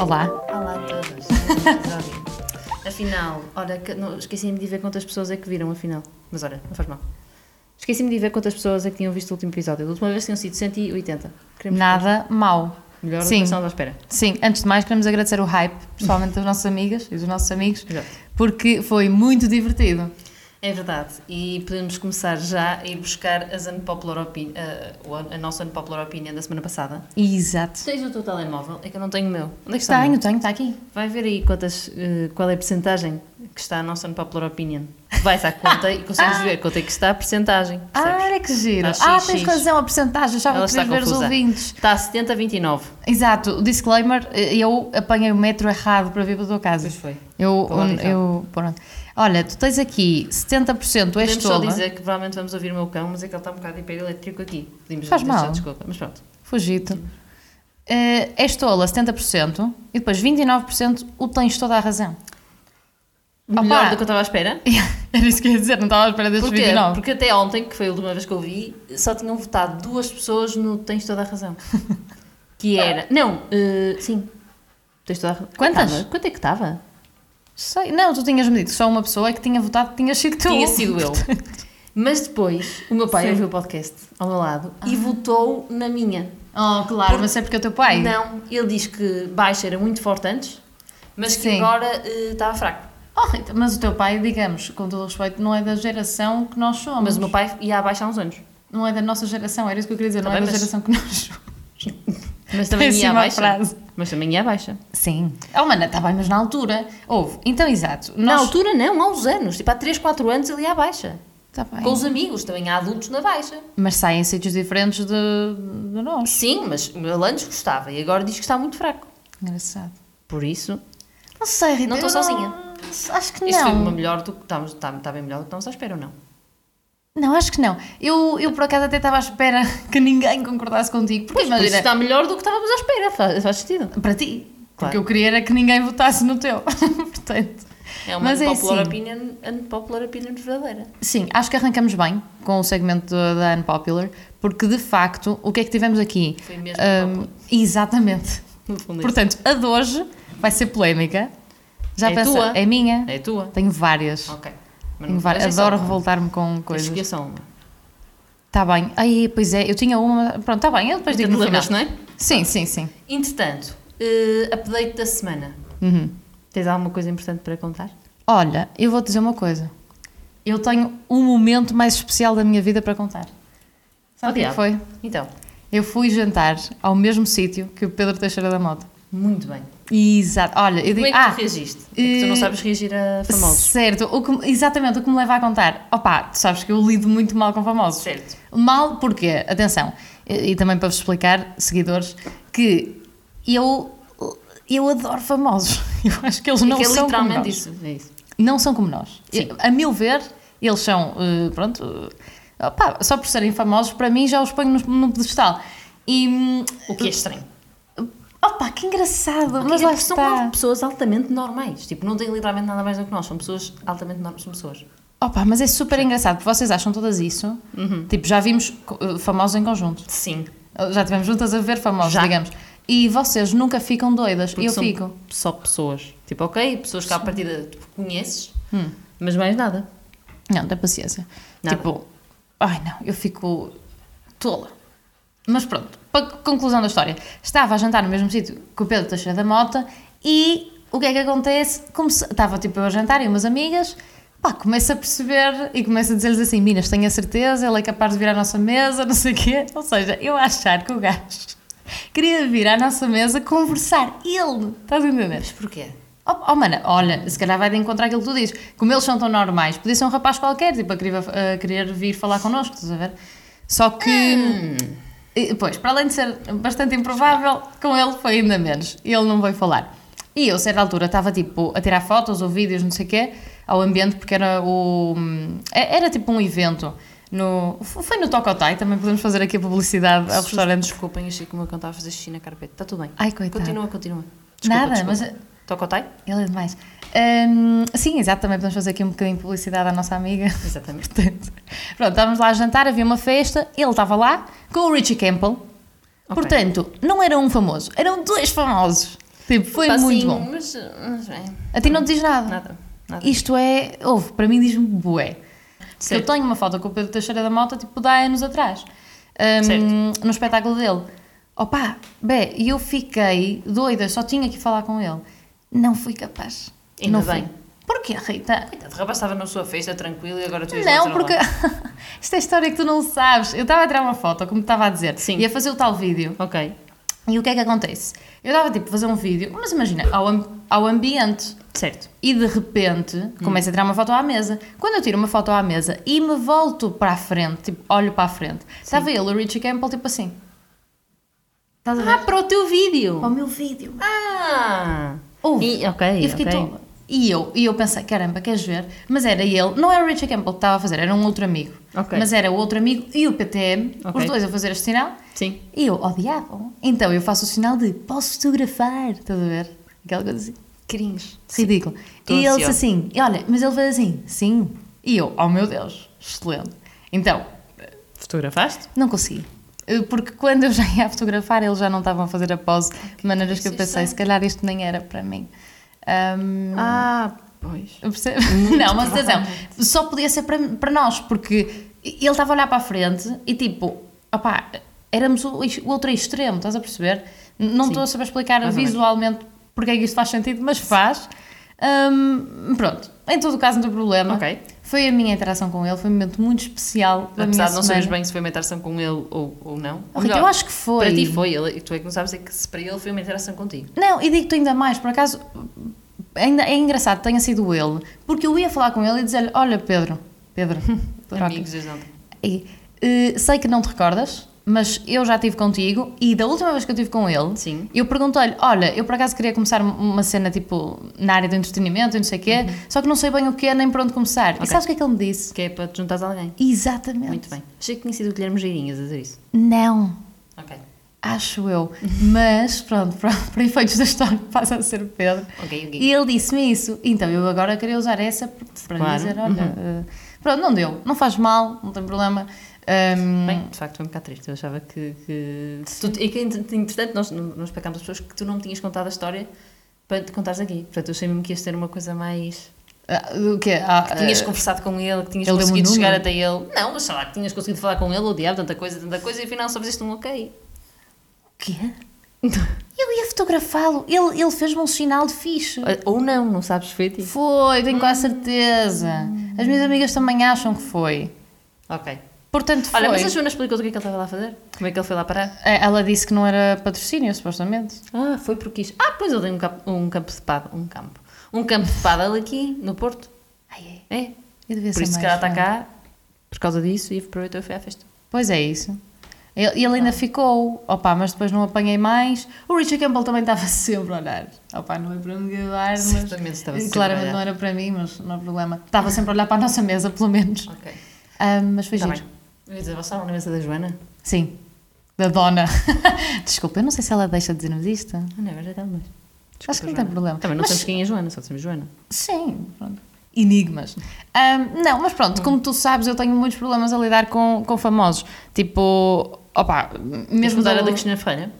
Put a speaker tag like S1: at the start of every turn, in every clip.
S1: Olá.
S2: Olá a todos. Episódio. afinal, ora, que- não, esqueci-me de ver quantas pessoas é que viram, afinal. Mas olha, não faz mal. Esqueci-me de ver quantas pessoas é que tinham visto o último episódio. Da última vez tinham sido 180. Queremos
S1: Nada mal.
S2: Melhor do que
S1: Sim.
S2: estava à espera.
S1: Sim, antes de mais queremos agradecer o hype, principalmente das nossas amigas e dos nossos amigos,
S2: Exato.
S1: porque foi muito divertido.
S2: É verdade. E podemos começar já a ir buscar as unpopular opin- eh, o un- a nossa unpopular opinion da semana passada.
S1: Exato.
S2: Tens o teu telemóvel? É que eu não tenho o meu. Onde é que está o meu?
S1: Tenho, tenho, está aqui.
S2: Vai ver aí quantas, eh, qual é a percentagem que está a nossa unpopular opinion. Vais à conta e consegues ver quanto é que está a percentagem.
S1: Ah,
S2: percebes?
S1: olha que giro.
S2: Está
S1: Ah,
S2: X,
S1: tens
S2: X.
S1: razão, a porcentagem, achava
S2: Ela
S1: que
S2: está
S1: querias ver os
S2: confusa.
S1: ouvintes.
S2: Está a 70 a 29.
S1: Exato, o disclaimer, eh, eu apanhei o metro errado para vir para a tua casa.
S2: Pois foi.
S1: Eu,
S2: Vou lá
S1: eu,
S2: deixar.
S1: pronto. Olha, tu tens aqui 70% és
S2: Podemos só
S1: tola.
S2: dizer que provavelmente vamos ouvir o meu cão, mas é que ele está um bocado hiperelétrico aqui. Podemos
S1: Faz
S2: deixar
S1: mal.
S2: desculpa, mas pronto.
S1: Fugito. Eh, és tola 70% e depois 29% o tens toda a razão. Opa.
S2: Melhor do que eu estava à espera.
S1: Era isso que eu ia dizer, não estava à espera desses
S2: Porquê?
S1: 29.
S2: Porque até ontem, que foi a última vez que eu vi, só tinham votado duas pessoas no Tens Toda a Razão. que era. Não, eh, sim. Tens toda a razão.
S1: Quantas?
S2: Tava. Quanto é que estava?
S1: Sei, não, tu tinhas-me dito que só uma pessoa é que tinha votado que tinha sido tu.
S2: Tinha sido eu. Mas depois, o meu pai
S1: Sim. Ah.
S2: ouviu o podcast ao meu lado e votou na minha.
S1: Oh, claro,
S2: Por-
S1: mas é porque é o teu pai.
S2: Não, ele diz que baixa era muito forte antes, mas que
S1: Sim.
S2: agora eh, estava fraco.
S1: Oh, então, mas o teu pai, digamos, com todo o respeito, não é da geração que nós somos.
S2: Mas o meu pai ia abaixo há uns anos.
S1: Não é da nossa geração, era isso que eu queria dizer,
S2: Tá
S1: não é
S2: bem,
S1: da
S2: mas-
S1: geração que nós somos.
S2: Mas também ia
S1: Péssima
S2: abaixo.
S1: frase.
S2: Mas também ia abaixo.
S1: Sim. Oh, mana, está bem, mas na altura. Houve. Então, exato.
S2: Na
S1: Nós...
S2: altura não, há uns anos. Tipo, há 3, 4 anos ele ia à baixa.
S1: Tá bem.
S2: Com os amigos, também há adultos na baixa.
S1: Mas saem em sítios diferentes de, de nós.
S2: Sim, mas ele antes gostava e agora diz que está muito fraco.
S1: Engraçado.
S2: Por isso,
S1: Não sei, Rita.
S2: Não estou
S1: eu
S2: sozinha.
S1: Acho que
S2: isto foi
S1: não.
S2: uma melhor do que estávamos, está, está bem melhor do que estávamos à espera, ou não?
S1: Não, acho que não. Eu, eu por acaso até estava à espera que ninguém concordasse contigo. Porque
S2: Mas isto
S1: imagina,
S2: está melhor do que estávamos à espera, faz, faz sentido.
S1: para ti. Porque
S2: Claro.
S1: eu queria era que ninguém votasse no teu. Portanto.
S2: É uma
S1: Mas é
S2: unpopular,
S1: assim.
S2: opinion, unpopular opinion verdadeira.
S1: Sim, acho que arrancamos bem com o segmento do- da Unpopular, porque de facto, o que é que tivemos aqui?
S2: Foi mesmo
S1: Ahm,
S2: unpopular.
S1: exatamente.
S2: No fundo, é
S1: Portanto, a de hoje vai ser polémica. Já
S2: É
S1: pensa,
S2: tua?
S1: é minha?
S2: isso. É tua.
S1: Tenho várias.
S2: Ok. Mas
S1: Tenho
S2: não-
S1: várias.
S2: mas é só
S1: Adoro
S2: uma.
S1: revoltar-me com coisas.
S2: Escolhi só uma.
S1: Está bem. Aí, pois é, eu tinha uma. Pronto, está bem, eu depois digo
S2: Portanto,
S1: no final.
S2: lembras-te, não é?
S1: Sim, sim, sim.
S2: Entretanto, eh, update da semana.
S1: Uhum.
S2: Tens alguma coisa importante para contar?
S1: Olha, eu vou te dizer uma coisa. Eu tenho um momento mais especial da minha vida para contar. Sabe o que
S2: Oh,
S1: é que
S2: diabo.
S1: foi?
S2: Então,
S1: Eu fui jantar ao mesmo sítio que o Pedro Teixeira da Mota.
S2: muito bem.
S1: Exato. Olha, eu digo.
S2: Como é que
S1: ah,
S2: tu reagiste? É que tu não
S1: eh,
S2: sabes reagir a famosos.
S1: Certo, o que- exatamente o que me leva a contar. Opa, tu sabes que eu lido muito mal com famosos.
S2: Certo.
S1: Mal porque, atenção, e, e também para vos explicar, seguidores, que eu, eu adoro famosos. Eu acho que eles não
S2: é que é
S1: são como
S2: literalmente
S1: nós.
S2: isso. É isso.
S1: Não são como nós.
S2: Sim.
S1: A meu ver, eles são, eh, pronto, eh, opá, só por serem famosos, para mim já os ponho no, no pedestal. E, hum,
S2: O que é estranho.
S1: opá, que engraçado, mas
S2: Porque é
S1: lá
S2: são
S1: está.
S2: pessoas altamente normais. Tipo, não têm literalmente nada mais do que nós. São pessoas altamente normais. São pessoas.
S1: Opa, mas é super engraçado, porque vocês acham todas isso.
S2: Uhum.
S1: Tipo, já vimos co- eh, famosos em conjunto.
S2: Sim.
S1: Já estivemos juntas a ver famosos,
S2: Já.
S1: digamos. E vocês nunca ficam doidas.
S2: Porque
S1: eu
S2: são
S1: fico.
S2: Só pessoas. Tipo, ok, pessoas que à partida tu conheces,
S1: Hum.
S2: mas mais nada.
S1: Não, dá paciência.
S2: Nada.
S1: Tipo, ai não, eu fico tola. Mas pronto, para a conclusão da história. Estava a jantar no mesmo sítio que o Pedro Teixeira da Mota e o que é que acontece? Comece- Estava tipo eu a jantar e umas amigas, pá, começo a perceber e começo a dizer-lhes assim: Minas, tenho a certeza, ele é capaz de vir à nossa mesa, não sei o quê. Ou seja, eu a achar que o gajo queria vir à nossa mesa conversar. Ele, estás a entender?
S2: Mas porquê?
S1: Oh, oh, mana, olha, se calhar vai de encontrar aquilo que tu dizes. Como eles são tão normais, podia ser um rapaz qualquer, tipo, a querer, a querer vir falar connosco, estás a ver? Só que.
S2: Hum,
S1: eh, Pois, para além de ser bastante improvável, com ele foi ainda menos. Ele não veio falar. E eu, a certa altura, estava tipo a tirar fotos ou vídeos, não sei o quê, ao ambiente, porque era o. é- Era tipo um evento. No, foi no Tocotai, também podemos fazer aqui a publicidade ao restaurante.
S2: Desculpem, achei que o meu cão estava a fazer xixi na carpeta. Está tudo bem.
S1: Ai, coitado.
S2: Continua, continua.
S1: Nada, mas-
S2: Toca o tai?
S1: Ele é demais. Ahm, sim, exato, também podemos fazer aqui um bocadinho de publicidade à nossa amiga.
S2: Exatamente.
S1: Portanto, pronto, estávamos lá a jantar, havia uma festa, ele estava lá com o Richie Campbell.
S2: Ok.
S1: Portanto, não era um famoso, eram dois famosos. Tipo, foi muito
S2: Passinho,
S1: bom.
S2: Mas, mas bem,
S1: A ti não te diz nada.
S2: nada. Nada.
S1: Isto é, houve, para mim diz-me bué. Porque
S2: Certo.
S1: eu tenho uma foto com o Pedro Teixeira da Mota, tipo, de há anos atrás. Ahm,
S2: Certo.
S1: No espetáculo dele. Opa, bé, e eu fiquei doida, só tinha que falar com ele. Não fui capaz.
S2: Ainda
S1: não
S2: bem.
S1: Fui. Porquê, Rita?
S2: Coitado, o rapaz estava na sua festa tranquilo e agora tu és
S1: Não,
S2: lá,
S1: porque... Esta é a história que tu não sabes. Eu estava a tirar uma foto, como te estava a dizer.
S2: Sim.
S1: Ia fazer o tal vídeo.
S2: Ok,
S1: E o que é que acontece? Eu estava, tipo, a fazer um vídeo. Mas imagina, ao, am- ao ambiente
S2: certo.
S1: e de repente começo a tirar uma foto à mesa. Quando eu tiro uma foto à mesa e me volto para a frente, tipo, olho para a frente, estava ele, o Richie Campbell, tipo assim,
S2: Estás a ver? Ah, para o teu vídeo.
S1: para o meu vídeo.
S2: Ah!
S1: Ouve.
S2: E, ok,
S1: E fiquei
S2: ok.
S1: tola. E eu, e eu pensei, caramba, queres ver? Mas era ele, não era o Richie Campbell que estava a fazer, era um outro amigo.
S2: Ok.
S1: Mas era o outro amigo e o PTM,
S2: Ok.
S1: os dois a fazer este sinal.
S2: Sim.
S1: E eu odiava. Então eu faço o sinal de posso fotografar, estás a ver? Aquela coisa assim, cringe, ridículo.
S2: Estou
S1: e ele disse
S2: ansiosa.
S1: assim, e olha, mas ele fez assim, sim. E eu, oh meu Deus, excelente. Então,
S2: Fotografaste?
S1: não consegui. Eh, Porque quando eu já ia fotografar, eles já não estavam a fazer a pose de maneiras que eu
S2: difícil
S1: pensei, se calhar isto nem era para mim. Ahm,
S2: Ah, pois.
S1: Percebe? não, mas atenção, só podia ser para, para nós, porque ele estava a olhar para a frente e tipo, opá, éramos o, ex- o outro extremo, estás a perceber? N- Não
S2: Sim.
S1: estou a saber explicar
S2: Mais ou menos.
S1: visualmente porque é que isto faz sentido, mas faz. Hum, pronto, em todo o caso, não tem problema.
S2: Ok.
S1: Foi a minha interação com ele, foi um momento muito especial da minha
S2: Apesar de não saberes
S1: semana.
S2: bem se foi uma interação com ele ou, ou não.
S1: Oh,
S2: Ou
S1: Rita, eu acho que foi.
S2: Para ti foi, ele, tu é que não sabes é que se para ele foi uma interação contigo.
S1: Não, e digo-te ainda mais, por acaso, ainda é engraçado que tenha sido ele, porque eu ia falar com ele e dizer-lhe: Olha, Pedro, Pedro, troca.
S2: Amigos, desde ontem.
S1: E, eh, sei que não te recordas, mas eu já estive contigo e da última vez que eu estive com ele,
S2: Sim.
S1: eu perguntei-lhe: Olha, eu por acaso queria começar uma cena tipo na área do entretenimento e não sei o quê, só que não sei bem o que é nem por onde começar. E
S2: Uhum. Ok.
S1: sabes o que é que ele me disse?
S2: Que é para te juntares a alguém.
S1: Exatamente.
S2: Muito bem. Achei que tinha sido o Guilherme Geirinhas a dizer isso.
S1: Não,
S2: Ok.
S1: acho eu.
S2: Uhum.
S1: mas pronto, para, para efeitos da história, passa a ser o Pedro.
S2: Ok, ok.
S1: E ele disse-me isso, então eu agora queria usar essa p- para
S2: Claro. Uhum.
S1: dizer: olha, eh, pronto, não deu, não faz mal, não tem problema. Ahm,
S2: Bem, de facto foi um bocado triste. Eu achava que. que... Tu, e que entre- entretanto, nós, nós pecámos as pessoas que tu não me tinhas contado a história para te contares aqui. Portanto, eu achei mesmo que ias ter uma coisa mais.
S1: ah, o quê? Ah,
S2: Que tinhas
S1: eh,
S2: conversado com ele, que tinhas
S1: ele deu-me o
S2: conseguido chegar
S1: número?
S2: até ele. Não, mas sei lá, que tinhas conseguido falar com ele, o diabo, tanta coisa, tanta coisa, e afinal só fizeste um ok.
S1: quê? Eu ia fotografá-lo. Ele, ele fez-me um sinal de fixe.
S2: Ou não, não sabes, foi a ti.
S1: Foi, tenho quase certeza. As minhas amigas também acham que foi.
S2: Ok.
S1: Portanto, foi.
S2: Olha, mas a Joana explicou do que é que ele estava lá a fazer? Como é que ele foi lá parar?
S1: É, Ela disse que não era patrocínio, supostamente.
S2: Ah, foi porque quis. Ah, pois ele tem um campo, um campo de pádel, um campo. Um campo de pádel aqui, no Porto.
S1: Ai, ai.
S2: É.
S1: Eu devia
S2: Por
S1: ser
S2: isso
S1: mais
S2: que ela está
S1: fã.
S2: cá, por causa disso, e aproveitou e foi à festa.
S1: Pois é isso. Ele, ele
S2: Ah.
S1: ainda ficou. Opa, mas depois não apanhei mais. O Richard Campbell também estava sempre a olhar. Opa, não é para me gabar, mas...
S2: Certamente estava sempre
S1: Claramente
S2: a olhar.
S1: não era para mim, mas não há problema. Estava sempre a olhar para a nossa mesa, pelo menos.
S2: Ok.
S1: Ah, mas foi
S2: Está
S1: giro.
S2: bem. Eu ia dizer, vocês estavam na mesa é da Joana?
S1: Sim, da dona. Desculpa, eu não sei se ela deixa de dizer-nos isto.
S2: Ah, não, agora já está mais.
S1: Acho que não tem problema.
S2: Também não
S1: Mas-
S2: sabemos quem é a Joana, só dizemos Joana.
S1: Sim, pronto. Enigmas. Ahm, não, mas pronto, como tu sabes, eu tenho muitos problemas a lidar com, com famosos. Tipo, opá,
S2: Mesmo
S1: mesmo.
S2: da
S1: do-
S2: da Cristina Ferreira?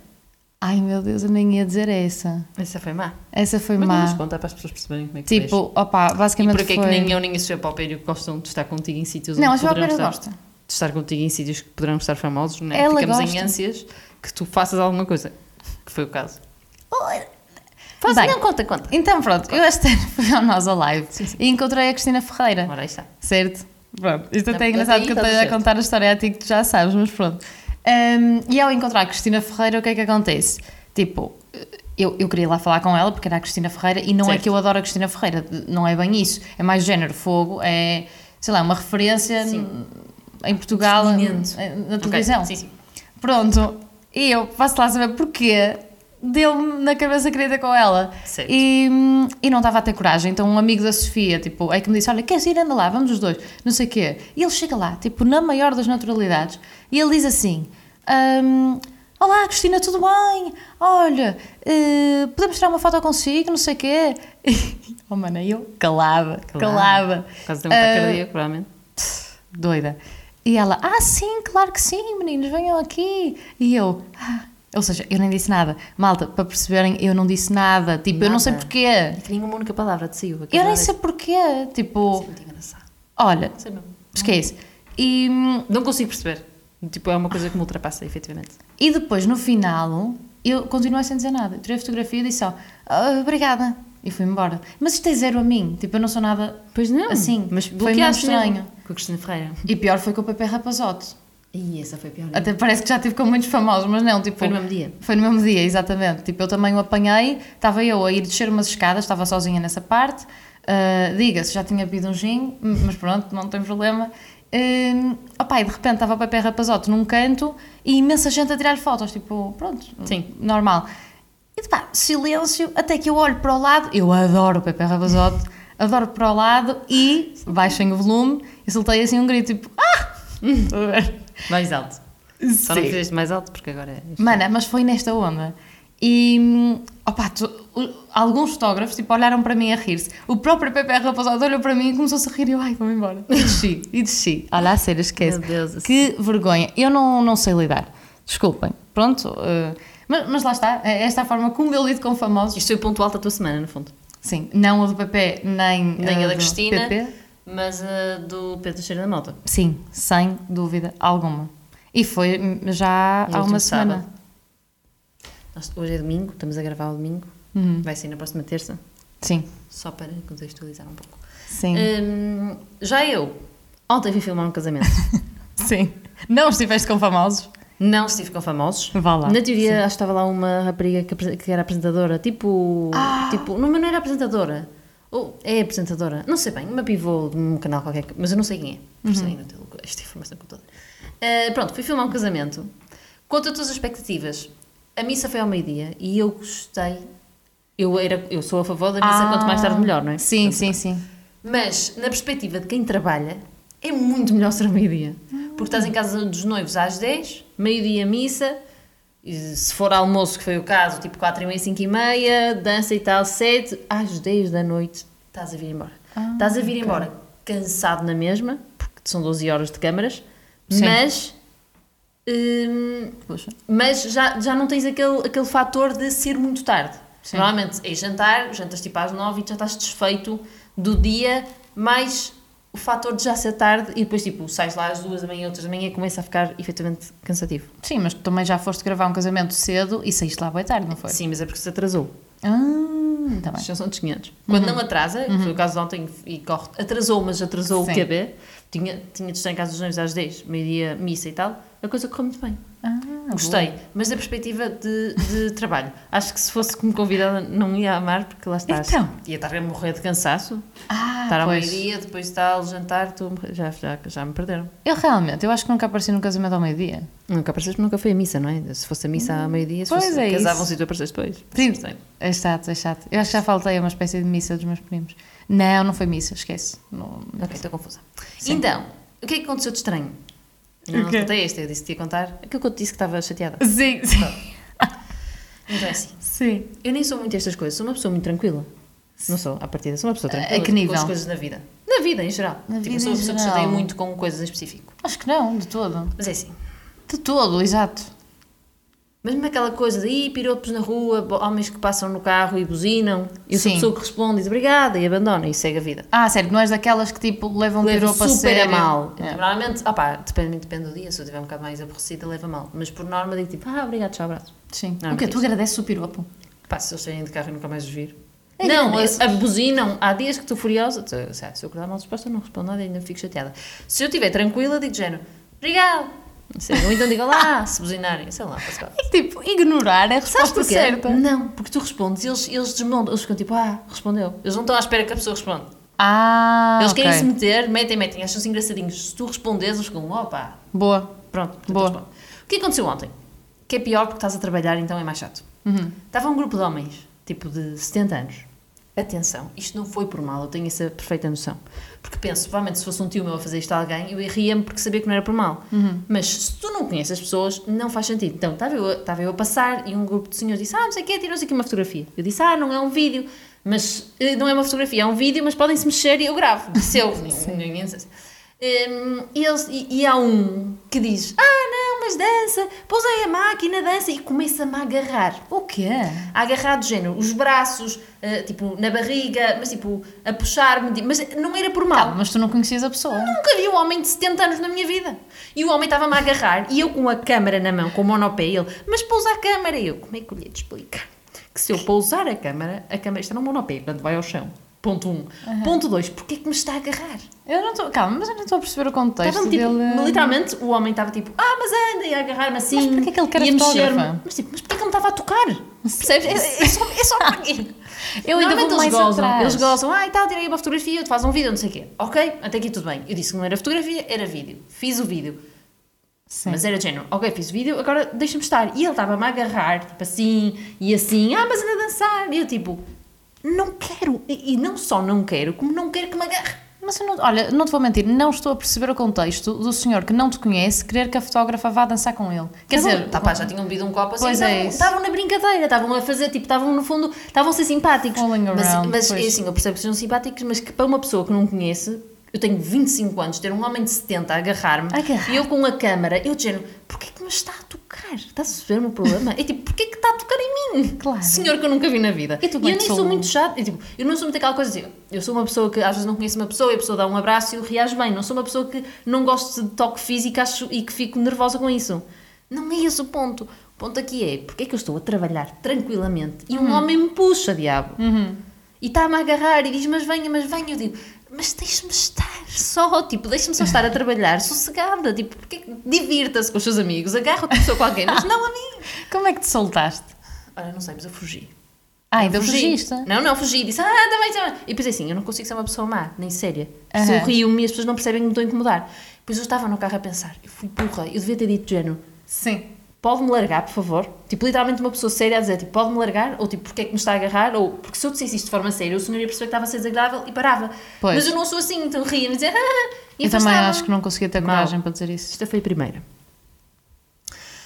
S1: Ai meu Deus, eu nem ia dizer essa.
S2: Essa foi má.
S1: Essa foi
S2: Mas
S1: má.
S2: vamos contar para as pessoas perceberem como é que tu és.
S1: Tipo, opá,
S2: E
S1: basicamente.
S2: porque é que
S1: foi...
S2: nem eu nem a Sofia Palpeiro gostam de estar contigo em sítios
S1: Não, a
S2: onde
S1: Sofia
S2: poderão
S1: Palpeiro
S2: estar,
S1: gosta.
S2: de estar contigo em sítios que poderão estar famosos, não é?
S1: Ela
S2: Ficamos em
S1: gosta.
S2: ânsias que tu faças alguma coisa, que foi o caso.
S1: Faz- não,
S2: conta, conta.
S1: Então pronto, eu esta ano fui ao Nós Alive
S2: Sim, sim.
S1: e encontrei a Cristina Ferreira.
S2: Ora, aí está.
S1: Certo? Pronto. Isto
S2: Não,
S1: até é engraçado
S2: até
S1: que eu
S2: aí
S1: esteja a
S2: estamos
S1: contar a história a ti que tu já sabes, mas pronto. Hum, e ao encontrar a Cristina Ferreira, o que é que acontece? Tipo, eu, eu queria ir lá falar com ela porque era a Cristina Ferreira e não é
S2: Certo.
S1: que eu adoro a Cristina Ferreira, não é bem isso. É mais género fogo, é, sei lá, uma referência
S2: Sim.
S1: em Portugal, eh,
S2: Definimento.
S1: na
S2: Ok,
S1: televisão.
S2: Sim, sim.
S1: Pronto, e eu passo lá saber porquê. Deu-me na cabeça querida com ela.
S2: Certo.
S1: E, hum, e não estava a ter coragem. Então, um amigo da Sofia, tipo, é que me disse: Olha, queres ir? Anda lá, vamos os dois. Não sei o quê. E ele chega lá, tipo, na maior das naturalidades. E ele diz assim: hum, Olá, Cristina, tudo bem? Olha, eh, podemos tirar uma foto consigo? Não sei o quê. oh, mano, e eu calada, calada.
S2: Por causa de um ataque
S1: Ah,
S2: cardíaco, provavelmente.
S1: doida. E ela, ah, sim, claro que sim, meninos, venham aqui. E eu, ah, Ou seja, eu nem disse nada. Malta, para perceberem, eu não disse nada. Tipo, eu não sei
S2: Nada.
S1: porquê.
S2: É que nenhuma única palavra te saiu.
S1: Eu nem sei porquê. Tipo,
S2: é Muito engraçado.
S1: olha,
S2: Não sei mesmo. Uhum.
S1: esquece. E, hum,
S2: Não consigo perceber. Tipo, é uma coisa que me ultrapassa, efetivamente.
S1: e depois, no final, eu continuei sem dizer nada. Tirei a fotografia e disse só, "Ah, obrigada. E fui embora. Mas isto é zero a mim. Tipo, eu não sou nada.
S2: Pois não.
S1: Assim,
S2: mas
S1: foi
S2: bloqueaste
S1: mesmo
S2: mesmo.
S1: estranho.
S2: Com a Cristina Ferreira.
S1: E pior foi com o Pepe Rapazote.
S2: E essa foi a pior.
S1: Até parece que já tive com muitos famosos, mas não, tipo...
S2: Foi no mesmo dia.
S1: Foi no mesmo dia, exatamente. Tipo, eu também o apanhei, estava eu a ir descer umas escadas, estava sozinha nessa parte. Ah, Diga-se, já tinha bebido um gin, mas pronto, não tem problema. Um, opa, e de repente estava o Pepe Rapazote num canto e imensa gente a tirar fotos, tipo, pronto,
S2: Sim.
S1: normal. E pá, silêncio, até que eu olho para o lado, eu adoro o Pepe Rapazote, adoro para o lado e, baixem o volume, e soltei assim um grito, tipo, ah! Estão a ver?
S2: Mais alto. Só não fizeste mais alto porque agora é.
S1: Mana, mas foi nesta onda. E, hum, opá, tu- o- alguns fotógrafos tipo, olharam para mim a rir-se. O próprio Pepe Rapazote olhou para mim e começou a rir. E eu, ai, vou-me embora. E desci, e desci. Olha, a sério, esquece.
S2: Meu Deus, assim.
S1: Que vergonha. Eu não, não sei lidar. Desculpem. Pronto. eh, mas, mas lá está. É Esta a forma como eu lido com famosos.
S2: Isto foi o ponto alto da tua semana, no fundo.
S1: Sim, não a do Pepe, nem,
S2: Nem
S1: eh,
S2: a da
S1: do
S2: Cristina,
S1: PP.
S2: mas a do Pedro Cheiro da Mota.
S1: Sim, sem dúvida alguma. E foi hum, já
S2: No
S1: há
S2: último
S1: uma semana.
S2: Nós- Hoje é domingo, estamos a gravar o domingo.
S1: Uhum.
S2: Vai sair na próxima terça,
S1: Sim,
S2: só para contextualizar um pouco.
S1: sim.
S2: Hum, já eu, ontem vim filmar um casamento.
S1: Sim. Não estiveste com famosos?
S2: Não estive com famosos.
S1: Vá lá.
S2: Na teoria, acho que estava lá uma rapariga que, apre- que era apresentadora, tipo.
S1: Ah!
S2: tipo não, mas não era apresentadora. Ou é apresentadora, não sei bem, uma pivô de um canal qualquer, mas eu não sei quem é. Por
S1: Uhum.
S2: isso é inútil esta informação com toda. Ah, pronto, fui filmar um casamento, contra todas as expectativas. A missa foi ao meio-dia e eu gostei. Eu, era, eu sou a favor da missa,
S1: Ah.
S2: quanto mais tarde melhor, não é?
S1: Sim, sim, sim.
S2: Mas, na perspectiva de quem trabalha, é muito melhor ser meio-dia. Porque estás em casa dos noivos às 10, meio-dia missa, e se for almoço, que foi o caso, tipo 4 e meia, 5 e meia, dança e tal, 7, às 10 da noite estás a vir embora. estás a vir embora cansado na mesma, porque são 12 horas de câmaras,
S1: Sim.
S2: mas... hum,
S1: Puxa.
S2: mas já, já não tens aquele, aquele fator de ser muito tarde. Normalmente é jantar, jantas tipo às nove e já estás desfeito do dia, mais o fator de já ser tarde e depois tipo sais lá às duas da manhã, outras da manhã e começa a ficar efetivamente cansativo.
S1: Sim, mas tu também já foste gravar um casamento cedo e saíste lá boa tarde, não foi?
S2: Sim, mas é porque se atrasou.
S1: Ah, tá bem.
S2: Já são dos 500. Quando não atrasa, que foi o caso de ontem e corre, atrasou, mas atrasou
S1: Sim.
S2: o QB, tinha, tinha de estar em casa dos noivos às 10, meio-dia, missa e tal, a coisa correu muito bem.
S1: Ah,
S2: Gostei, mas da perspectiva de, de trabalho. Acho que se fosse como convidada não ia amar, porque lá estás.
S1: Então.
S2: Ia estar a morrer de cansaço.
S1: ah
S2: estar ao
S1: pois.
S2: meio-dia, depois tal, jantar, tu... já, já, já me perderam.
S1: Eu realmente, eu acho que nunca apareci num casamento ao meio-dia.
S2: Nunca apareceste, nunca foi a missa, não é? Se fosse a missa ao meio-dia, se
S1: Pois
S2: fosse,
S1: é isso.
S2: casavam-se e tu apareceste depois.
S1: Sim.
S2: Sim.
S1: É chato, é chato. Eu acho que já faltei a uma espécie de missa dos meus primos. Não, não foi missa, esquece. Não-
S2: Ok, estou confusa. Então, o que é que aconteceu de estranho? Eu não
S1: O quê?
S2: contei esta, eu disse que te ia contar. Aquilo que eu te disse que estava chateada.
S1: Sim, sim.
S2: Então é assim,
S1: Sim.
S2: eu nem sou muito estas coisas, sou uma pessoa muito tranquila. Não sou, à partida, sou uma pessoa tranquila.
S1: que
S2: Com as
S1: nível?
S2: coisas na vida. Na vida, em geral.
S1: Na
S2: tipo,
S1: vida
S2: sou uma
S1: em
S2: pessoa que
S1: geral.
S2: chateia muito com coisas em específico.
S1: Acho que não, de todo.
S2: Mas é assim.
S1: De todo, exato.
S2: Mesmo aquela coisa de "Ih, piropos na rua, bo- homens que passam no carro e buzinam. Eu sou
S1: Sim.
S2: a pessoa que responde e diz obrigada e abandona e segue a vida.
S1: Ah, sério, não és daquelas que tipo levam
S2: Levo
S1: piropo
S2: super
S1: a sério.
S2: a mal.
S1: É.
S2: Normalmente, opá, depende, depende do dia, se eu estiver um bocado mais aborrecida, leva mal. Mas por norma digo tipo, ah, obrigado, tchau, abraço.
S1: Sim.
S2: Não,
S1: o quê?
S2: mas
S1: Tu agradeces o piropo?
S2: Pá, se eles saírem de carro e nunca mais os vir.
S1: É
S2: não,
S1: grande.
S2: a- abusinam. Há dias que estou furiosa. Tu- Se se eu acordar mal disposta, não respondo nada e ainda fico chateada. Se eu estiver tranquila, digo de género, obrigado. Não sei, ou então digo lá, se buzinarem, sei lá, Pascal.
S1: É que, tipo, ignorar é a
S2: Sabes
S1: resposta
S2: porquê?
S1: certa.
S2: Não, porque tu respondes e eles, eles desmontam. Eles ficam tipo, ah, respondeu. Eles não estão à espera que a pessoa responda.
S1: Ah,
S2: eles
S1: ok.
S2: querem se meter, metem, metem, acham-se engraçadinhos. Se tu respondes, eles ficam, opa,
S1: Boa.
S2: Pronto, portanto,
S1: Boa.
S2: respondo. O que aconteceu ontem? Que é pior porque estás a trabalhar, então é mais chato.
S1: Uhum.
S2: Estava um grupo de homens, tipo de 70 anos. Atenção, isto não foi por mal, eu tenho essa perfeita noção. Porque penso, provavelmente se fosse um tio meu a fazer isto a alguém, eu ria-me porque sabia que não era por mal. Mas se tu não conheces as pessoas, não faz sentido. Então, estava eu, a- estava eu a passar e um grupo de senhores disse, ah, não sei o quê, tirou-se aqui uma fotografia. Eu disse, ah, não é um vídeo, mas eh, não é uma fotografia, é um vídeo, mas podem-se mexer e eu gravo. Ehm, Disse eu, ninguém- ninguém disse assim. Hum, e, eles- e- e há um que diz: Ah, não, mas dança, pousei a máquina, dança e começa-me a agarrar.
S1: O quê?
S2: A agarrar do género, os braços, eh, tipo, na barriga, mas tipo, a puxar-me. Mas não era por mal.
S1: Calma, mas tu não conhecias a pessoa.
S2: Nunca vi um homem de 70 anos na minha vida. E o homem estava-me a agarrar e eu com a câmara na mão, com o monopé, e ele, mas pousa a câmara. E eu, como é que eu lhe explico? Que se eu pousar a câmara, a câmara está no monopé, portanto vai ao chão. Ponto 1. Um. Ponto 2, porquê que me está a agarrar?
S1: Eu não estou. Calma, mas eu não estou a perceber o contexto
S2: Estava-me tipo,
S1: dele. é-
S2: literalmente, o homem estava tipo, ah, mas anda, e a agarrar-me assim.
S1: Mas porquê é que ele quer a
S2: e mexer-me.
S1: fotógrafa?
S2: Mas tipo, mas porquê que ele me estava a tocar? Percebes? É, é só, é só para quê?
S1: Eu ainda vou
S2: Normalmente
S1: mais
S2: eles gozam,
S1: atrás.
S2: Eles gozam, ah, e tal, tirei uma fotografia, tu fazes um vídeo, não sei o quê. Ok, até aqui tudo bem. Eu disse que não era fotografia, era vídeo. Fiz o vídeo.
S1: Sim.
S2: Mas era de género, ok, fiz o vídeo, agora deixa-me estar. E ele estava-me a agarrar, tipo assim, e assim, ah, mas anda a dançar. E eu tipo, não quero. E, e não só não quero, como não quero que me agarre.
S1: Mas eu não, olha, não te vou mentir, não estou a perceber o contexto do senhor que não te conhece querer que a fotógrafa vá dançar com ele. Quer dizer,
S2: tá, pá, já tinham bebido um copo assim,
S1: Pois é
S2: estavam-
S1: isso.
S2: estavam na brincadeira, estavam a fazer, tipo, estavam no fundo, estavam a ser simpáticos.
S1: Fooling
S2: mas
S1: around,
S2: mas é
S1: pois.
S2: assim, eu percebo que sejam simpáticos, mas que para uma pessoa que não conhece, eu tenho 25 anos, ter um homem de 70 a agarrar-me,
S1: Agarrar.
S2: e eu com a câmara, eu de género, porquê que me está a tocar? Está a perceber o meu problema? É tipo, porquê que está a tocar em mim?
S1: Claro.
S2: Senhor que eu nunca vi na vida.
S1: E tu,
S2: eu nem
S1: Guedes,
S2: sou
S1: sou-
S2: muito chato, eu, tipo, eu não sou muito aquela coisa assim, eu sou uma pessoa que às vezes não conheço uma pessoa e a pessoa dá um abraço e eu reajo bem, não sou uma pessoa que não gosto de toque físico acho, e que fico nervosa com isso. Não é esse o ponto. O ponto aqui é, porque é que eu estou a trabalhar tranquilamente e um homem me puxa, diabo. E está-me a agarrar e diz, mas venha, mas venha. Eu digo, mas deixe-me estar só, tipo, deixe-me só estar a trabalhar, sossegada, tipo, porque é que divirta-se com os seus amigos, agarra outra pessoa com alguém, mas não a mim.
S1: como é que te soltaste?
S2: Ora, não sei, mas eu fugi.
S1: Ah, ainda
S2: Fugi.
S1: fugiste.
S2: Não, não, fugi. Disse, ah, também, também. E depois assim, eu não consigo ser uma pessoa má, nem séria. Se eu
S1: Aham.
S2: rio-me e as pessoas não percebem que me estou a incomodar. Depois eu estava no carro a pensar, eu fui burra, eu devia ter dito de género,
S1: Sim.
S2: pode-me largar, por favor? Tipo, literalmente uma pessoa séria a dizer, tipo, pode-me largar? Ou tipo, porque é que me está a agarrar? Ou porque se eu dissesse isto de forma séria, o senhor ia perceber que estava a ser desagradável e parava.
S1: Pois.
S2: Mas eu não sou assim, então ria e dizia, ah, e
S1: Eu também
S2: afastava-me.
S1: acho que não conseguia ter
S2: Mal.
S1: coragem para dizer isso.
S2: Esta foi a primeira.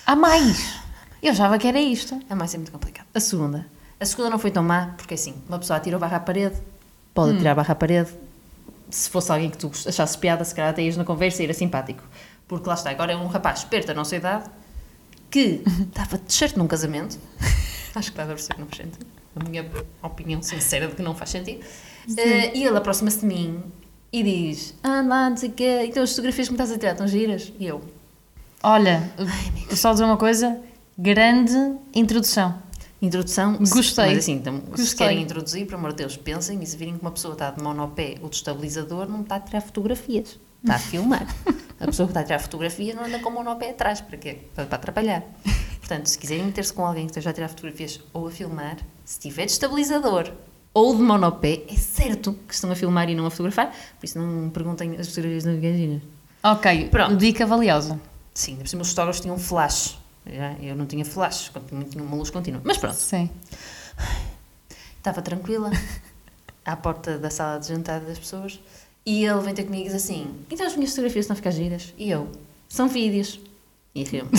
S1: Há mais! Eu achava que era isto.
S2: A mais é muito complicado. A segunda. A segunda não foi tão má, porque assim, uma pessoa atirou barra à parede, pode atirar barra à parede. Se fosse alguém que tu gost- achasses piada, se calhar até ias na conversa e era simpático. Porque lá está, agora é um rapaz esperto da nossa idade que estava de t-shirt num casamento. Acho que estás a perceber que não faz sentido. A minha opinião sincera de que não faz sentido. Eh, e ele aproxima-se de mim e diz: Ah, lá, não sei o quê, então as fotografias que me estás a tirar estão giras? E eu:
S1: Olha, só dizer uma coisa: grande introdução.
S2: Introdução,
S1: Gostei.
S2: Mas assim, então, se
S1: Gostei.
S2: querem introduzir, por amor de Deus, pensem e se virem que uma pessoa está de mão no pé ou de estabilizador, não está a tirar fotografias, está a filmar. a pessoa que está a tirar fotografias não anda com a mão no pé atrás, para quê? Para, para atrapalhar. Portanto, se quiserem meter-se com alguém que esteja a tirar fotografias ou a filmar, se tiver de estabilizador ou de monopé, é certo que estão a filmar e não a fotografar, por isso não perguntem as fotografias da Gagina.
S1: Ok,
S2: Pronto.
S1: dica valiosa.
S2: Sim, por cima os fotógrafos tinham flash. já, Eu não tinha flash, tinha uma luz contínua. Mas pronto.
S1: Sim.
S2: Estava tranquila, à porta da sala de jantar das pessoas, e ele vem ter comigo e diz assim: Então as minhas fotografias estão a ficar giras? E eu: São vídeos. E rio-me.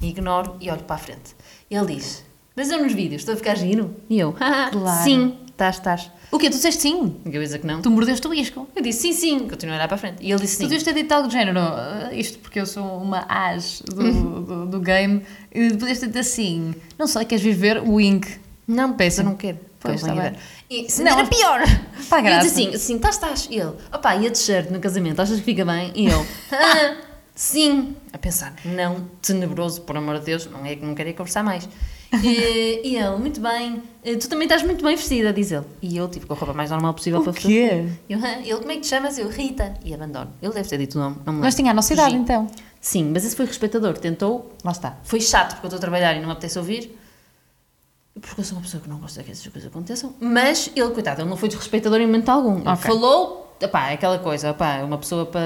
S2: E Ignoro e olho para a frente. E ele diz: Mas eu nos vídeos estou a ficar giro? E eu: "Ah,
S1: Claro.
S2: Sim, estás, estás.
S1: O quê? Tu disseste sim?
S2: E eu ia dizer que não.
S1: Tu mordeste o isco.
S2: Eu disse: Sim, sim. Continuo a olhar para a frente. E ele disse: assim,
S1: Tu
S2: Sim.
S1: devias ter dito algo do género, "Ah, isto porque eu sou uma as do, do, do game, e podias ter dito assim, não sei, queres viver o Ink?
S2: Não,
S1: Péssimo.
S2: Eu não quero.
S1: Pois,
S2: Foi uma
S1: tá
S2: ideia.
S1: bem.
S2: E, se
S1: Não,
S2: não, era pior.
S1: Pá,
S2: E eu
S1: graça.
S2: disse assim, assim, estás, estás. E ele, opá, e a t-shirt no casamento, achas que fica bem? E eu, ah, sim. A pensar, não, tenebroso, por amor de Deus, não é que não queria conversar mais. E, e ele, muito bem, eh, tu também estás muito bem vestida, diz ele. E eu, tipo, com a roupa mais normal possível para fazer. Eu, ah, ele, como é que te chamas? Eu, Rita. E abandono. Ele deve ter dito o nome, não me lembro.
S1: Mas tinha a nossa idade,
S2: Fugi.
S1: então.
S2: Sim, mas esse foi respeitador, tentou, lá está. Foi chato porque eu estou a trabalhar e não me apetece ouvir. Porque eu sou uma pessoa que não gosta que essas coisas aconteçam. Mas ele, coitado, ele não foi desrespeitador em momento algum. Ele
S1: Ok.
S2: falou, epá, é aquela coisa, epá, é uma pessoa para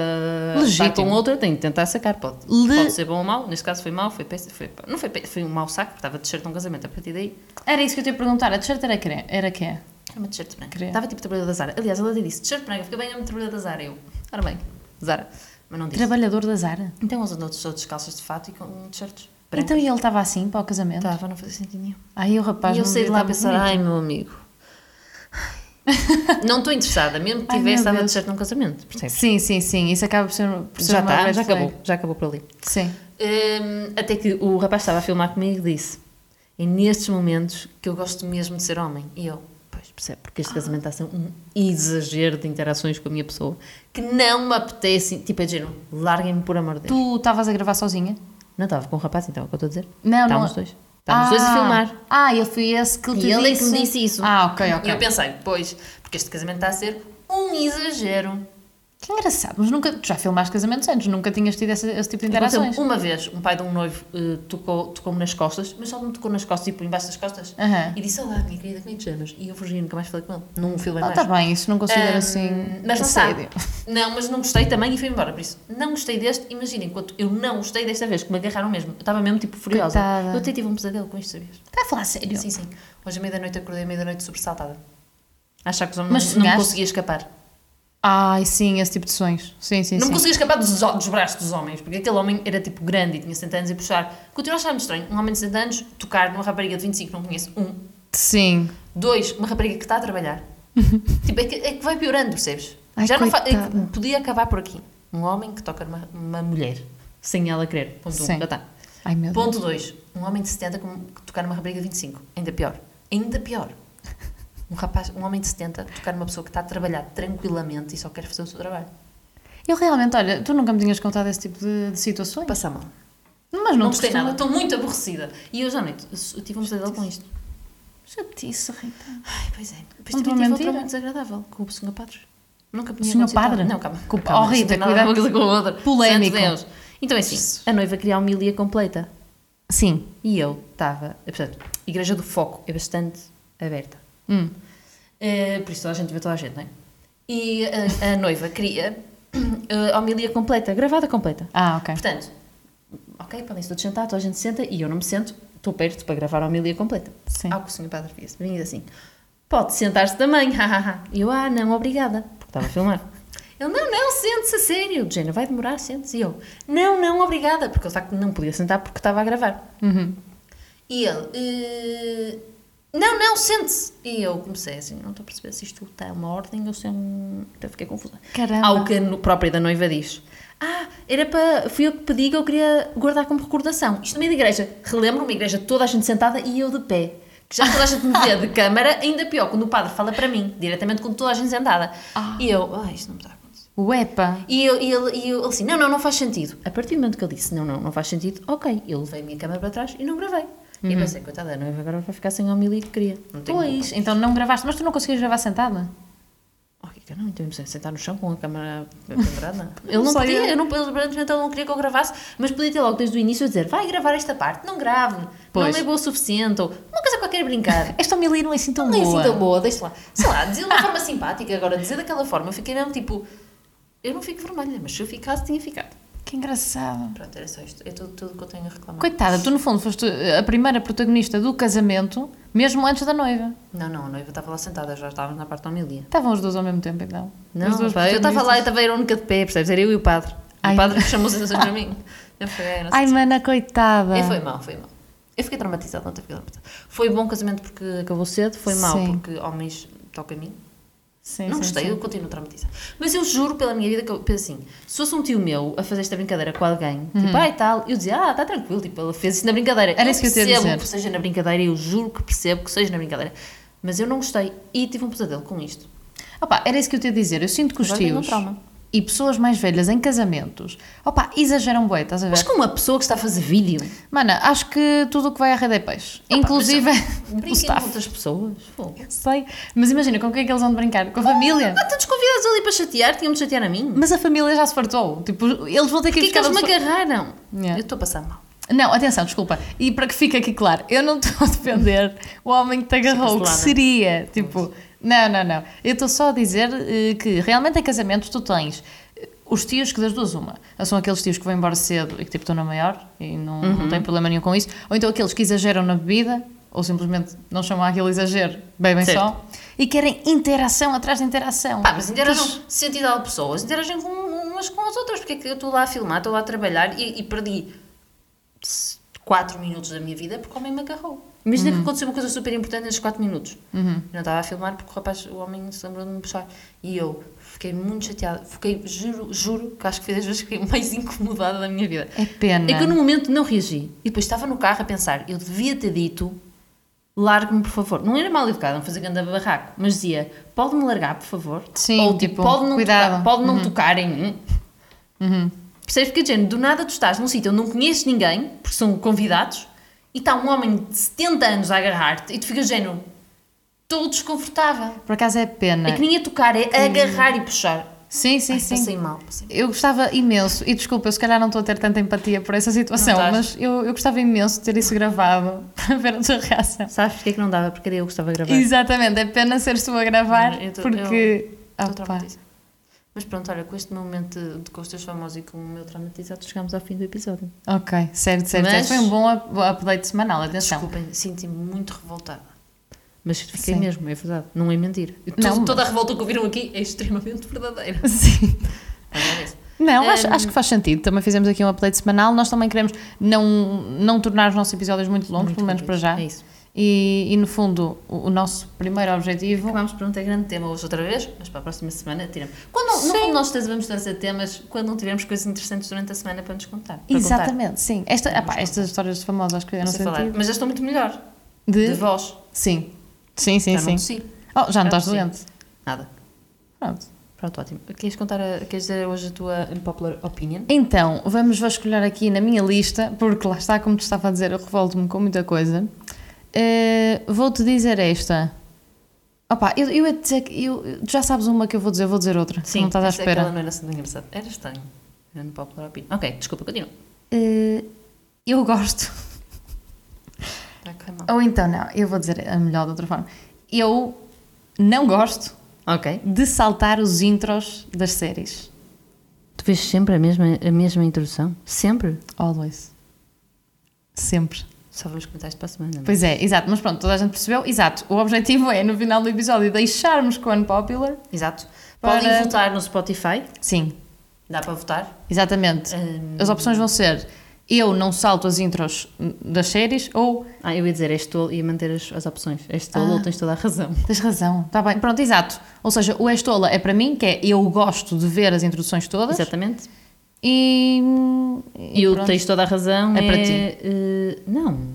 S2: estar
S1: Legítimo.
S2: com outra tem de tentar sacar. Pode,
S1: Le-
S2: pode ser bom ou mau, neste caso foi mau, foi péssimo, foi, não foi péssimo, foi um mau saco, porque estava de t-shirt num casamento a partir daí.
S1: Era isso que eu te ia perguntar, a t-shirt era, cre- era quê?
S2: Era uma t-shirt branca.
S1: Credo.
S2: Estava tipo trabalhador da Zara. Aliás, ela até disse, t-shirt branca, fica bem a trabalhador da Zara. Eu, ora bem, Zara. Mas não disse.
S1: Trabalhador da Zara.
S2: Então eles andam todos descalços de fato e com t-shirts brancos.
S1: Então e ele estava assim para o casamento?
S2: Estava, não fazia sentido nenhum.
S1: Aí o rapaz
S2: Tá. e eu
S1: não
S2: saí de
S1: devia
S2: lá a
S1: estar
S2: pensar,
S1: bonito.
S2: ai meu amigo. não estou interessada, mesmo que
S1: Ai,
S2: tivesse
S1: meu
S2: estava de
S1: Deus.
S2: certo num casamento, percebes?
S1: Sim, sim, sim, isso acaba por ser, por ser
S2: Já
S1: uma
S2: está,
S1: red
S2: já
S1: flag.
S2: acabou, já acabou por ali.
S1: Sim.
S2: Hum, até que o rapaz estava a filmar comigo e disse: É nestes momentos que eu gosto mesmo de ser homem. E eu, pois, percebo, porque
S1: Ah.
S2: este casamento está a ser um exagero de interações com a minha pessoa que não me apetece. Tipo, é de género, larguem-me por amor de Deus.
S1: Tu estavas a gravar sozinha?
S2: Não estava com o rapaz, então, é o que eu estou a dizer?
S1: Não, não.
S2: Estávamos dois. Estávamos dois a filmar.
S1: Ah, ele foi esse que te
S2: E ele é que
S1: disse.
S2: me disse isso.
S1: Ah, ok,
S2: E eu
S1: ok.
S2: pensei: Pois, porque este casamento está a ser um exagero.
S1: Que engraçado, mas nunca. Tu já filmaste casamentos antes, nunca tinhas tido esse, esse tipo de interações.
S2: Aconteceu Uma vez, um pai de um noivo eh, tocou- tocou-me nas costas, mas só me tocou nas costas, tipo, embaixo das costas.
S1: Aham.
S2: E disse, olá, minha querida, como é que te chamas? E eu fugi, nunca mais falei com ele. Não filmei
S1: Ah,
S2: mais.
S1: tá bem, isso não considero
S2: Ahm,
S1: assim.
S2: mas não
S1: assédio.
S2: sabe. Não, mas não gostei também e fui embora. Por isso, não gostei deste. Imaginem, quanto eu não gostei desta vez, que me agarraram mesmo. Eu estava mesmo, tipo, furiosa.
S1: Coitada.
S2: Eu até tive um pesadelo com isto, sabias?
S1: Está a falar sério?
S2: Sim, sim. Hoje, à meia-noite, acordei à meia-noite sobressaltada. Achar que os
S1: Mas
S2: homens não, não me
S1: sonhaste?
S2: conseguia escapar.
S1: Ai, sim, esse tipo de sonhos. Sim, sim,
S2: Não
S1: sim.
S2: me conseguia escapar dos, o- dos braços dos homens, porque aquele homem era tipo grande e tinha 60 anos e puxar. Continua a achar-me estranho um homem de 60 anos tocar numa rapariga de 25 que não conheço. Um.
S1: Sim.
S2: Dois, uma rapariga que está a trabalhar. tipo, é que, é que vai piorando, percebes?
S1: Ai,
S2: Já não fa- é que
S1: coitada.
S2: Podia acabar por aqui. Um homem que toca numa uma mulher, sem ela querer. Ponto
S1: Sim.
S2: um, já está.
S1: Ai, meu Deus.
S2: Ponto dois, um homem de 70 com, que tocar numa rapariga de 25. Ainda pior. Ainda pior. Um rapaz, um homem de 70 tocar numa pessoa que está a trabalhar tranquilamente e só quer fazer o seu trabalho.
S1: Eu realmente, olha, tu nunca me tinhas contado esse tipo de, de situações.
S2: Passa mal.
S1: Mas
S2: Não,
S1: não,
S2: gostei
S1: costuma-
S2: nada, estou muito aborrecida. E hoje à noite eu tive um pesadelo com isto.
S1: Chatice, Rita.
S2: Ai, pois é. Depois
S1: Não te
S2: também tive
S1: vou
S2: outra
S1: mentir.
S2: muito desagradável com o Sr. Padre. Nunca tinha
S1: Senhor
S2: acontecido
S1: Padre?
S2: nada. Não, calma.
S1: Com-
S2: calma
S1: Oh, Rita,
S2: isto não tem nada a ver
S1: cuidado.
S2: com a outra.
S1: Polémico.
S2: Santo Deus. Então é assim, a noiva queria a homilia completa.
S1: Sim.
S2: E eu estava... eh, Portanto, a Igreja do Foco é bastante aberta.
S1: Hum.
S2: Eh, por isso toda a gente vê toda a gente, não é? E a, a noiva queria eh, a homilia completa, gravada completa.
S1: Ah, ok.
S2: Portanto, ok, podem-se todos sentar, toda a gente senta e eu não me sento, estou perto para gravar a homilia completa.
S1: Sim.
S2: Ao que o senhor padre disse, vinha assim, pode sentar-se também, hahaha. E eu, ah, não, obrigada, porque estava a filmar. Ele, não, não, sente-se a sério. De género, vai demorar, sente-se. E eu, não, não, obrigada, porque eu de facto não podia sentar porque estava a gravar. E ele, "Eh, não, não, sente-se. E eu comecei assim, não estou a perceber se isto está uma ordem ou se é um. Até fiquei confusa.
S1: Caramba.
S2: Ao que a no- própria da noiva diz: Ah, era para. Fui eu que pedi que eu queria guardar como recordação. Isto no meio da igreja. Relembro uma igreja toda a gente sentada e eu de pé. Que já toda a gente me vê de câmara, ainda pior, quando o padre fala para mim, diretamente com toda a gente sentada. E eu, ah, isto não me está a acontecer.
S1: Uepa.
S2: E, eu, e ele, e eu, ele assim, não, não, não faz sentido. A partir do momento que ele disse, não, não, não faz sentido, ok, eu levei a minha câmera para trás e não gravei. E eu pensei, coitada, a noiva agora vai ficar sem a homilia que queria. Não tenho
S1: Uhum. Pois, então não gravaste, mas tu não conseguias gravar sentada?
S2: Oh, que não, então me sentar no chão com a câmera pendurada. ele
S1: Não
S2: não
S1: sei, eu-
S2: podia, eu não, ele, aparentemente ele não queria que eu gravasse, mas podia ter logo desde o início a dizer, vai gravar esta parte, não grave,
S1: Pois.
S2: não é boa o suficiente, ou uma coisa qualquer a brincar.
S1: Esta homilia não é assim tão
S2: Não é
S1: boa.
S2: assim tão boa, deixa lá. Sei lá, dizer de uma forma simpática, agora dizer daquela forma, eu fiquei mesmo tipo, eu não fico vermelha, mas se eu ficasse, tinha ficado.
S1: Que engraçado.
S2: Pronto, era só isto. É tudo, tudo que eu tenho a reclamar.
S1: Coitada, tu no fundo foste a primeira protagonista do casamento, mesmo antes da noiva.
S2: Não, não, a noiva estava lá sentada, já estávamos na parte da homilia.
S1: Estavam os dois ao mesmo tempo, então. As
S2: Não,
S1: duas
S2: pá, eu estava lá, eu
S1: protagonistas.
S2: estava a única de pé, percebes? Era eu e o padre. E
S1: Ai.
S2: o padre chamou-se atenção para mim. Eu fui, ai, não sei
S1: Ai, mana, coitada.
S2: E foi mal, foi mal. Eu fiquei traumatizada, não te fiquei traumatizada. Foi bom o casamento porque acabou cedo, foi mal
S1: Sim.
S2: porque homens tocam a mim.
S1: Sim,
S2: não
S1: sim,
S2: gostei,
S1: sim.
S2: eu continuo traumatizada. Mas eu juro pela minha vida que eu penso assim: se fosse um tio meu a fazer esta brincadeira com alguém, tipo, ai tal, eu dizia, ah, está tranquilo, tipo, ela fez isso na brincadeira.
S1: Uhum. Era isso que eu te ia
S2: percebo
S1: dizer.
S2: que seja na brincadeira, eu juro que percebo que seja na brincadeira. Mas eu não gostei e tive um pesadelo com isto.
S1: Opa, era isso que eu te ia dizer. Eu sinto que os
S2: Agora tenho um
S1: tios
S2: trauma.
S1: e pessoas mais velhas em casamentos, opa, exageram bué, estás a ver?
S2: Mas com uma pessoa que está a fazer vídeo,
S1: Mana, acho que tudo o que vai à rede é peixe. Inclusive o
S2: brinquem com
S1: staff.
S2: outras pessoas. Fogo.
S1: Sei, mas imagina, com quem é que eles vão brincar? Com a família?
S2: Há tantos convidados ali para chatear, tinham de chatear a mim.
S1: É. Mas a família já se fartou. Tipo, eles vão ter que ir
S2: Porquê é
S1: buscar
S2: que eles me
S1: a pessoa-
S2: agarraram?
S1: Yeah.
S2: Eu estou a passar mal.
S1: Não, atenção, desculpa. E para que fique aqui claro, eu não estou a defender o homem que te agarrou, o que
S2: cancelada.
S1: seria. Tipo, não, não, não. Eu estou só a dizer eh, que realmente em casamentos tu tens eh, os tios que das duas uma. Ou são aqueles tios que vão embora cedo e que tipo estão na maior e não,
S2: Uhum.
S1: não têm problema nenhum com isso. Ou então aqueles que exageram na bebida ou simplesmente não chamam aquele exagero, bebem
S2: Certo.
S1: só. E querem interação atrás de interação.
S2: Pá, mas interagem 60 e tal pessoas, interagem com umas com as outras, porque é que eu estou lá a filmar, estou lá a trabalhar e, e perdi 4 minutos da minha vida porque o homem me agarrou. Imagina que aconteceu uma coisa super importante nesses 4 minutos. Eu não estava a filmar porque o rapaz, o homem se lembrou de me puxar. E eu fiquei muito chateada. Fiquei, juro, juro, que acho que foi das vezes que fiquei mais incomodada da minha vida.
S1: É pena.
S2: É que eu no momento não reagi. E depois estava no carro a pensar, eu devia ter dito, largue-me por favor. Não era mal educada, não fazia grande barraco, mas dizia, pode-me largar por favor?
S1: Sim,
S2: Ou
S1: tipo,
S2: pode não
S1: cuidado.
S2: Tocar, pode não tocar em mim. Uhum. Percebes que, gente, do nada tu estás num sítio onde não conheces ninguém, porque são convidados, e está um homem de 70 anos a agarrar-te, e tu ficas género, todo desconfortável.
S1: Por acaso é pena.
S2: É que nem a tocar, é agarrar e puxar.
S1: Sim, sim,
S2: Ai,
S1: sim.
S2: Passei mal, passei mal.
S1: Eu gostava imenso, e desculpa, eu se calhar não estou a ter tanta empatia por essa situação,
S2: Não estás.
S1: mas eu, eu gostava imenso de ter isso gravado para ver a tua reação.
S2: Sabes porque é que não dava? Porque daí eu gostava de gravar.
S1: Exatamente, é pena seres tu a gravar,
S2: Não, eu tô-
S1: porque.
S2: Estou
S1: Opa.
S2: traumatizada. Mas pronto, olha, com este meu momento de, de com os teus famosos e com o meu traumatizado, chegamos ao fim do episódio.
S1: ok, certo, certo.
S2: Mas-
S1: certo. Foi um bom up- update semanal, atenção.
S2: Desculpem, senti-me muito revoltada. Então. Mas fiquei
S1: Sim.
S2: mesmo, é verdade. Não é mentira. Eu-
S1: Não,
S2: tudo-
S1: mas-
S2: toda a revolta que ouviram aqui é extremamente verdadeira.
S1: Sim.
S2: Olha É isso.
S1: Não, acho,
S2: Um,
S1: acho que faz sentido. Também fizemos aqui um update semanal. Nós também queremos não, não tornar os nossos episódios muito longos,
S2: Muito
S1: pelo menos para
S2: curioso.
S1: já.
S2: É isso.
S1: E, e, no fundo, o, o nosso primeiro objetivo.
S2: Acabámos por não ter grande tema hoje outra vez, mas para a próxima semana tiramos. Quando, não- no
S1: Sim.
S2: fundo nós vamos trazer temas quando não tivermos coisas interessantes durante a semana para nos contar. para contar.
S1: Exatamente, sim. Esta,
S2: Vamos
S1: epá,
S2: contar.
S1: estas histórias de famosos acho que fizeram
S2: Não sei
S1: sentido.
S2: falar, mas já estou muito melhor.
S1: De,
S2: De voz.
S1: Sim. Sim, sim,
S2: já não
S1: sim.
S2: tossi.
S1: oh, já não
S2: Já
S1: estás
S2: sim.
S1: doente.
S2: Nada.
S1: Pronto.
S2: Pronto, ótimo. Queres contar, a- queres dizer hoje a tua unpopular opinion?
S1: Então, vamos vasculhar aqui na minha lista, porque lá está, como tu estava a dizer, eu revolto-me com muita coisa. Eh, Vou-te dizer esta. Opa, eu, eu ia dizer que. Eu, eu- tu já sabes uma que eu vou dizer, vou dizer outra. que não estás à
S2: pensei que
S1: espera.
S2: Ela não era assim tão engraçada. Era estranho. Era unpopular opinion. Ok, desculpa, continua.
S1: Eh, eu gosto.
S2: Está a correr Tá, mal.
S1: Ou então, não, eu vou dizer a melhor de outra forma. Eu não gosto
S2: Ok.
S1: de saltar os intros das séries.
S2: Tu vês sempre a mesma, a mesma introdução? Sempre?
S1: Always. Sempre.
S2: Só vamos comentar isto para a semana.
S1: Pois é, exato, mas pronto, toda a gente percebeu, exato. O objetivo é, no final do episódio, deixarmos com o Unpopular.
S2: Exato.
S1: Para-
S2: Podem votar no Spotify.
S1: Sim,
S2: Dá para votar.
S1: exatamente.
S2: Hum.
S1: As opções vão ser eu não salto as intros das séries ou
S2: Ah, eu ia dizer, és tolo, ia manter as, as opções. És tolo ou tens toda a razão.
S1: tens razão, está bem, pronto, exato. Ou seja, o Estola é para mim, que é eu gosto de ver as introduções todas
S2: Exatamente.
S1: e.
S2: E, o
S1: pronto.
S2: tens toda a razão
S1: É para ti.
S2: eh, não.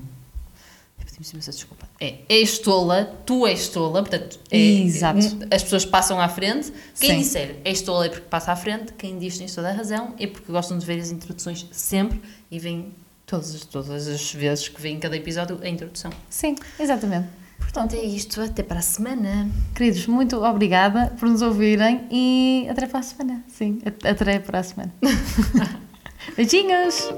S2: Pedimos imensa desculpa. É, és tola, tu és tola, portanto, é-
S1: Exato.
S2: é- as pessoas passam à frente. Quem
S1: Sim.
S2: disser és tola é porque passa à frente, quem diz tens toda a razão é porque gostam de ver as introduções sempre e vêm todas, as- todas as vezes que vem cada episódio a introdução.
S1: Sim, exatamente.
S2: Portanto, é isto. Até para a semana.
S1: Queridos, muito obrigada por nos ouvirem e até para a semana. Sim, até para a semana. Beijinhos!